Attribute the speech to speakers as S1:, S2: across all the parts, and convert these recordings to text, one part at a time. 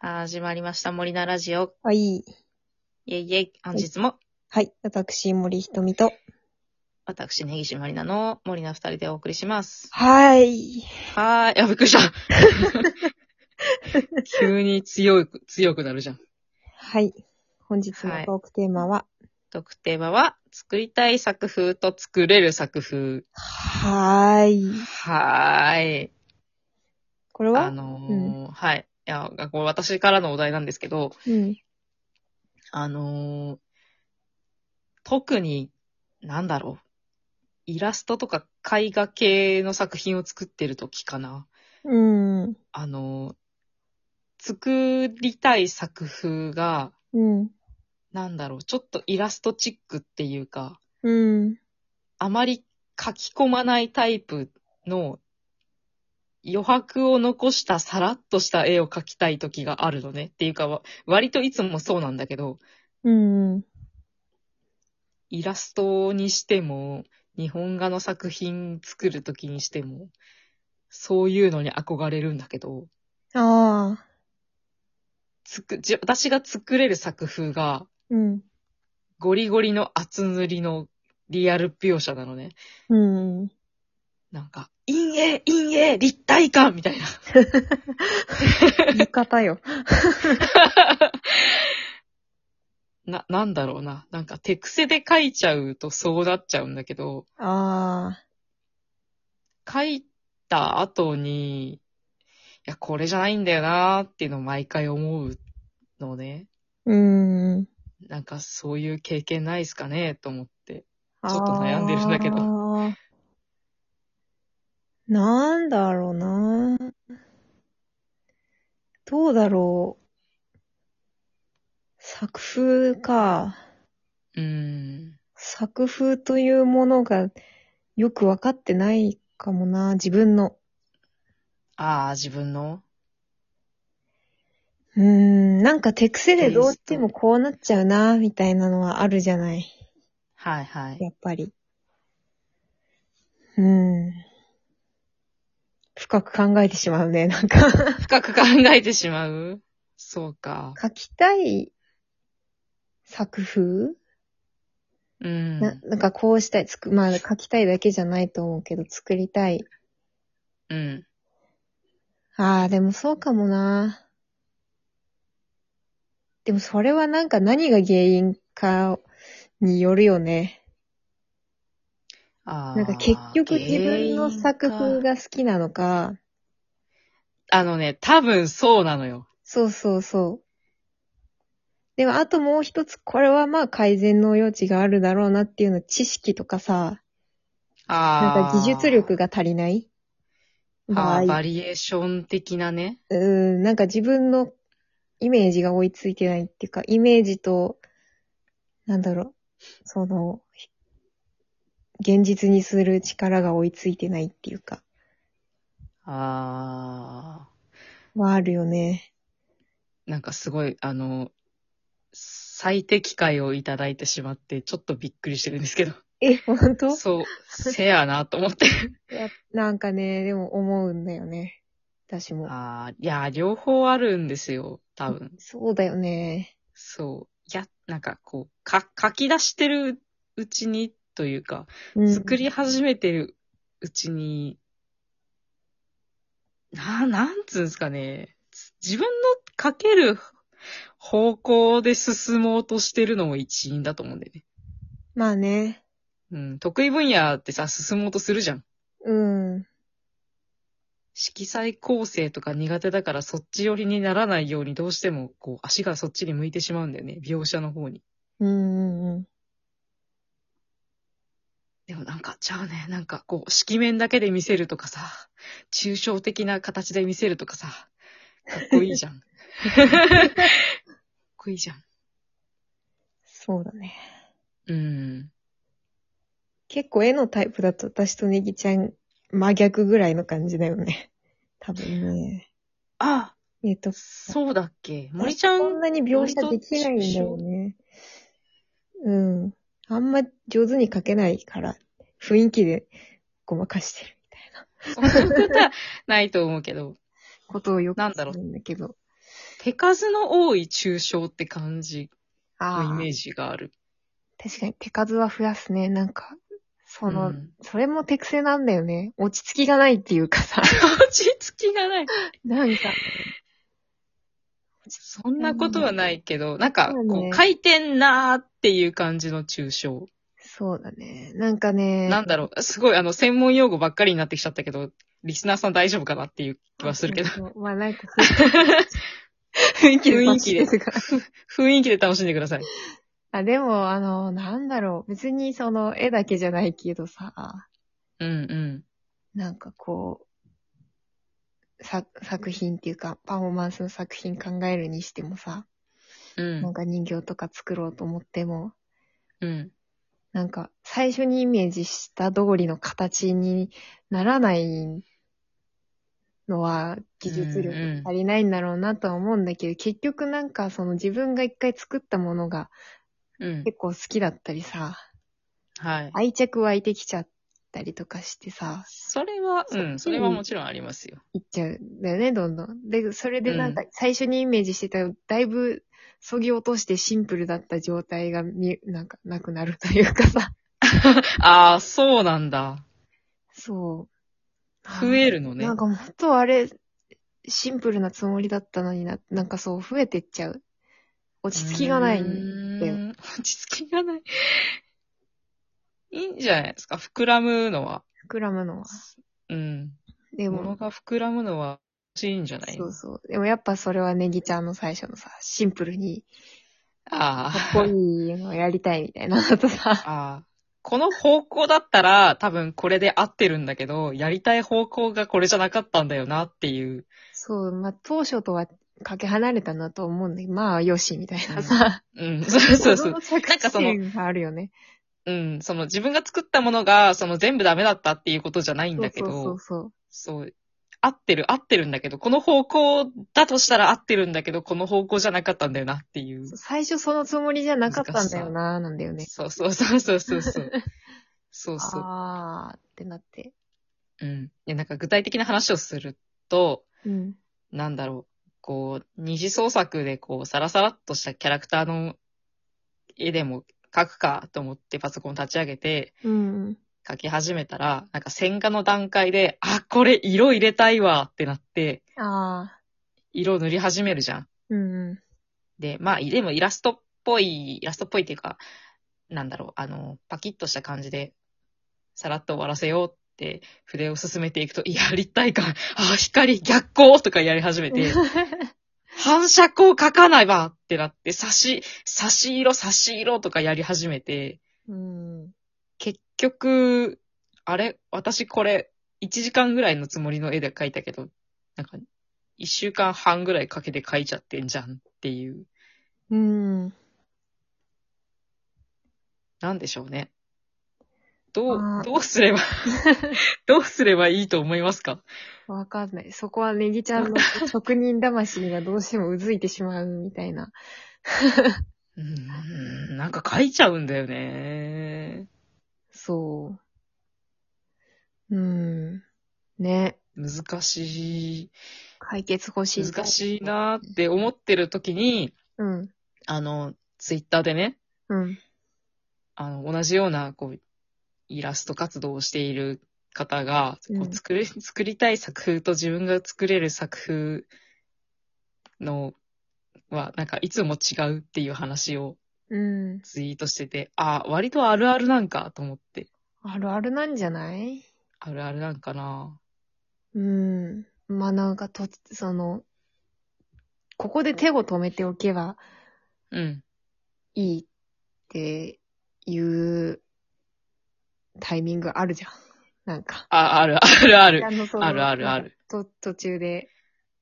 S1: あー始まりました。森菜ラジオ。
S2: はい。
S1: イェイイェイ。本日も、
S2: はい。私、森ひとみと。
S1: 私、根岸まりなの森菜二人でお送りします。
S2: はい。
S1: はーい。あ、びっくり した。急に強く、強くなるじゃん。
S2: はい。本日のトークテーマは、
S1: 特定場は、作りたい作風と作れる作風。
S2: はーい。
S1: はーい。
S2: これは
S1: あのーはい。いや、これ私からのお題なんですけど、
S2: うん。
S1: あのー特に、なんだろう。イラストとか絵画系の作品を作ってる時かな。
S2: うん。
S1: あの、作りたい作風が、
S2: うん。
S1: なんだろう、ちょっとイラストチックっていうか、
S2: うん。
S1: あまり書き込まないタイプの余白を残したさらっとした絵を描きたい時があるのね。っていうか、わ割といつもそうなんだけど、
S2: うん。
S1: イラストにしても、日本画の作品作る時にしても、そういうのに憧れるんだけど、
S2: ああ。
S1: つく、じ私が作れる作風が、
S2: うん。
S1: ゴリゴリの厚塗りのリアル描写なのね。
S2: うん。
S1: なんか、陰影、陰影、立体感みたいな。
S2: 言い方よ。
S1: な、なんだろうな。なんか手癖で書いちゃうとそうなっちゃうんだけど、
S2: ああ。
S1: 書いた後に、いや、これじゃないんだよなーっていうのを毎回思うのね。
S2: うん。
S1: なんかそういう経験ないですかねと思って。
S2: ち
S1: ょっと悩んでるんだけど
S2: なんだろうな。どうだろう。作風か。
S1: うーん。
S2: 作風というものがよくわかってないかもな、自分の。
S1: ああ、自分の
S2: うーん、なんか手癖でどうしてもこうなっちゃうな、みたいなのはあるじゃない。
S1: はいはい。
S2: やっぱり。うーん。深く考えてしまうね、なんか。
S1: 深く考えてしまうそうか。
S2: 書きたい作風、
S1: うん。
S2: ななんかこうしたい、つく、まあ書きたいだけじゃないと思うけど、作りたい。
S1: うん。
S2: ああ、でもそうかもな。でもそれはなんか何が原因かによるよね。
S1: な
S2: なんか結局自分の作風。が好きなのか、
S1: あのね、多分そうなのよ。
S2: そうそうそう。でもあともう一つ、これはまあ改善の余地があるだろうなっていうの、知識とかさ、
S1: あ
S2: なんか技術力
S1: が。
S2: が足りない場
S1: あー
S2: 合
S1: バリエーション的なね。
S2: うーん、なんか自分のイメージが追いついてないっていうか、イメージと、なんだろう、その、現実にする力が追いついてないっていうか、
S1: あ
S2: はあるよね。
S1: ーなんかすごい、あの、最適解をいただいてしまって、ちょっとびっくりしてるんですけ ど。
S2: え、本当
S1: そう、せやなと思って。
S2: いやなんかね、でも思うんだよね。私も。
S1: ああ、いやー、両方あるんですよ、多分。
S2: そうだよね。
S1: そう。いや、なんかこう、か、書き出してるうちにというか、
S2: うん、
S1: 作り始めてるうちに、な、なんつうんですかね。つ自分のかける方向で進もうとしてるのも一因だと思うんだよね。
S2: まあね。
S1: うん。得意分野ってさ、進もうとするじゃん。
S2: うん。
S1: 色彩構成とか苦手だからそっち寄りにならないようにどうしてもこう足がそっちに向いてしまうんだよね。描写の方に。
S2: うんうんうん。
S1: でもなんか、じゃあね、なんかこう、色面だけで見せるとかさ、抽象的な形で見せるとかさ、かっこいいじゃん。 かっこいいじゃん。
S2: そうだね。
S1: うん。
S2: 結構絵のタイプだと私とネギちゃん真逆ぐらいの感じだよね。 多分ね。
S1: あ、
S2: えっ、と、
S1: そうだっけ。森ちゃ
S2: こん
S1: ん、
S2: なに描写できないんだよね。うん。あんま上手に描けないから、雰囲気でごまかしてるみたいな
S1: そんなことはないと思うけど、
S2: ことをよく
S1: なんだろう
S2: するんだけど。
S1: 手数の多い抽象って感じのイ
S2: ああ
S1: メージがある。
S2: 確かに手数は増やすね。なんか、そ
S1: う
S2: の、
S1: ん
S2: それも手癖なんだよね。落ち着きがないっていうか さ、
S1: 落ち着きがない。
S2: なんか、
S1: そんなことはないけど、なんか
S2: そう、ね
S1: こう、書いてんなーっていう感じの抽象。
S2: そうだね。なんかね、
S1: なんだろう、すごい、あの、専門用語ばっかりになってきちゃったけど、リスナーさん大丈夫かなっていう気はするけど、
S2: そうそうまあなんか、 雰囲気
S1: 雰囲気で
S2: 楽しいですが
S1: 雰囲気で楽しんでください。
S2: あ、でも、あの、なんだろう。別にその、絵だけじゃないけどさ、
S1: うんうん。
S2: なんかこう、さ作品っていうか、パフォーマンスの作品考えるにしてもさ、
S1: う
S2: なん
S1: ん。
S2: か人形とか作ろうと思っても、
S1: うん。
S2: なんか最初にイメージした通りの形にならないのは技術
S1: うんう
S2: 力
S1: ん
S2: 足りないんだろうなとは思うんだけど、結局なんかその自分が一回作ったものが
S1: うん。
S2: 結構好きだったりさ、
S1: はい。
S2: 愛着湧いてきちゃったりとかしてさ、
S1: それは、うん、それはもちろんありますよ。
S2: いっちゃうんだよね、どんどん。で、それでなんか
S1: う
S2: 最初にイメージしてた、だいぶそぎ落としてシンプルだった状態が見、なんかなくなるというかさ、
S1: ああ、そうなんだ。
S2: そう。
S1: 増えるのね
S2: なん。かもっとあれ、シンプルなつもりだったのにな、なんかそう増えてっちゃう。落ち着きがない。
S1: うーん 落ち着きがない。いいんじゃないですか、膨らむのは。
S2: 膨らむのは。
S1: うん。
S2: で
S1: もの
S2: も、
S1: が膨らむのは欲しいんじゃない
S2: そうそう。でもやっぱそれはネギちゃんの最初のさ、シンプルに、
S1: あ
S2: か
S1: あ。
S2: っこいいのをやりたいみたいなのとさ、
S1: ああ。この方向だったら多分これで合ってるんだけど、やりたい方向がこれじゃなかったんだよなっていう。
S2: そう、まあ当初とはかけ離れたなと思うんだけど、まあよし、みたいなさ、
S1: うん、 そうそうそう。
S2: の着
S1: なんかその
S2: 地点があるよね。
S1: うん、その自分が作ったものが、その全部ダメだったっていうことじゃないんだけど、
S2: そうそうそう。
S1: そう合ってる、合ってるんだけど、この方向だとしたら合ってるんだけど、この方向じゃなかったんだよなっていう。
S2: 最初そのつもりじゃなかったんだよな、なんだよね。
S1: そうそうそうそうそうそう。そうそう。
S2: あーってなって。
S1: うん。いや、なんか具体的な話をすると、
S2: うん。
S1: なんだろう、こう、二次創作でこう、サラサラっとしたキャラクターの絵でも描くかと思ってパソコン立ち上げて
S2: うん。
S1: 描き始めたら、なんか線画の段階で、あ、これ色入れたいわってなって、
S2: ああ。
S1: 色塗り始めるじゃん。
S2: うんう
S1: で、まあ、でもイラストっぽい、イラストっぽいっていうか、なんだろう、あの、パキッとした感じで、さらっと終わらせようって筆を進めていくと、いや、立体感、あ、光、逆光とかやり始め
S2: ん。
S1: て、反射光描かないわってなって、差し、差し色、差し色とかやり始めて、
S2: うん。
S1: 結局、あれ私これ、1時間ぐらいのつもりの絵で描いたけど、なんか、1週間半ぐらいかけて描いちゃってんじゃんっていう、
S2: うん。
S1: なんでしょうね。ど
S2: あ
S1: う、
S2: ー
S1: どうす れば、どうすればいいと思いますか
S2: わかんない。そこはネギちゃ んの職人魂がどうしてもうずいてしまうみたいな。
S1: うーん、なんか描いちゃうんだよね。
S2: そう。うん。ね。
S1: 難しい。
S2: 解決欲しい。
S1: 難しいなーって思ってる時に、
S2: うん。
S1: あの、ツイッターでね、
S2: うん。
S1: あの、同じような、こう、イラスト活動をしている方が、こ
S2: うん
S1: う作れ、作りたい作風と自分が作れる作風の、は、なんか、いつも違うっていう話を
S2: うん。
S1: ツイートしてて、あー割とあるあるなんかと思って、
S2: あるあるなんじゃない
S1: あるあるなんかな
S2: うん。まあなんかと、その、ここで手を止めておけば
S1: うん。
S2: いいっていうタイミングあるじゃん。なんか。
S1: あ、ある、 ある、ある。
S2: あのその
S1: あるあるある。
S2: と途中で。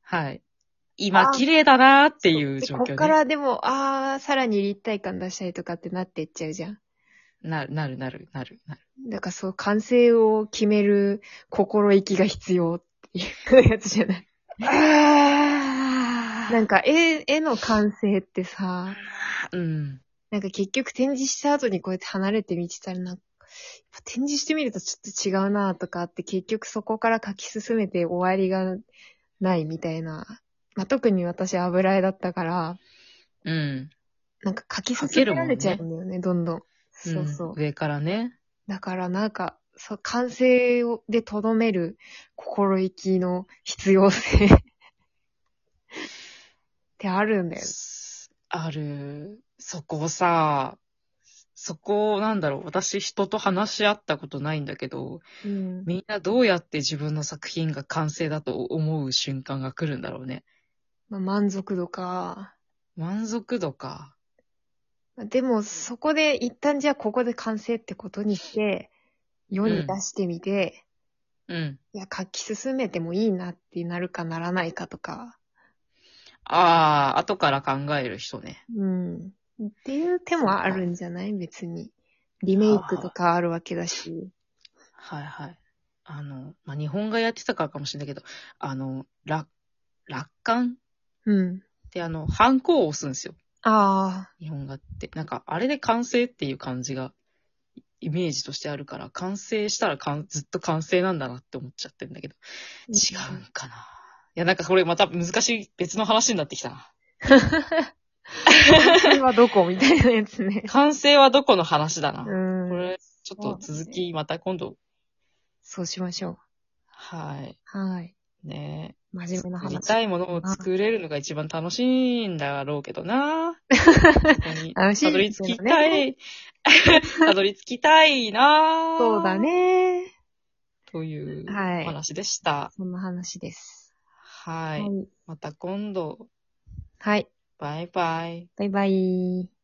S1: はい。
S2: あ
S1: 今、綺麗だなーっていう状況
S2: でこ
S1: ね
S2: っからでも、ああ、さらに立体感出したりとかってなってっちゃうじゃん。
S1: なる、なる、なる、なる、なる。
S2: だからそう、完成を決める心意気が必要っていうやつじゃない。
S1: あ
S2: なんか絵、絵の完成ってさ、
S1: うん。
S2: なんか結局展示した後にこうやって離れて見てたらなんか、やっぱ展示してみるとちょっと違うなとかあって結局そこから書き進めて終わりがないみたいなまあ、特に私油絵だったから、
S1: うん。
S2: なんか描き進められちゃうんだよね、どんどん。そうそう。
S1: ん上からね。
S2: だからなんか、そう、完成をでとどめる心意気の必要 性ってあるんだよね。
S1: ある。そこをさ、そこをなんだろう、私人と話し合ったことないんだけど、
S2: うん。
S1: みんなどうやって自分の作品が完成だと思う瞬間が来るんだろうね。
S2: まあ、満足度か。
S1: 満足度か。
S2: まあでも、そこで、一旦じゃあここで完成ってことにして、世に出してみて、
S1: うん。
S2: いや、書き進めてもいいなってなるかならないかとか。
S1: ああ、後から考える人ね。
S2: うん。っていう手もあるんじゃない別に。リメイクとかあるわけだし。
S1: はいはい。あの、まあ、日本がやってたからかもしれないけど、あの、楽、楽観
S2: うん。
S1: ってあの、ハンコを押すんですよ。
S2: ああ、
S1: 日本画って。なんか、あれで完成っていう感じが、イメージとしてあるから、完成したらかんずっと完成なんだなって思っちゃってるんだけど、違うんかな。いや、なんかこれまた難しい別の話になってきたな。
S2: 完成はどこみたいなやつね。
S1: 完成はどこの話だな。
S2: うん。
S1: これ、ちょっと続き、また今度。
S2: そうしましょう。
S1: はい。
S2: はい。
S1: ね
S2: 真面目な
S1: 作り
S2: 話。
S1: たいものを作れるのが一番楽しいんだろうけど な。そこに
S2: 楽しい
S1: たどり着きたい。 たどり着きたいな。
S2: そうだ。ね。
S1: という
S2: はい
S1: お話でした。
S2: そんな話です。
S1: はい。
S2: はい。
S1: また今度、
S2: はい。
S1: バイバイ。
S2: バイバイ。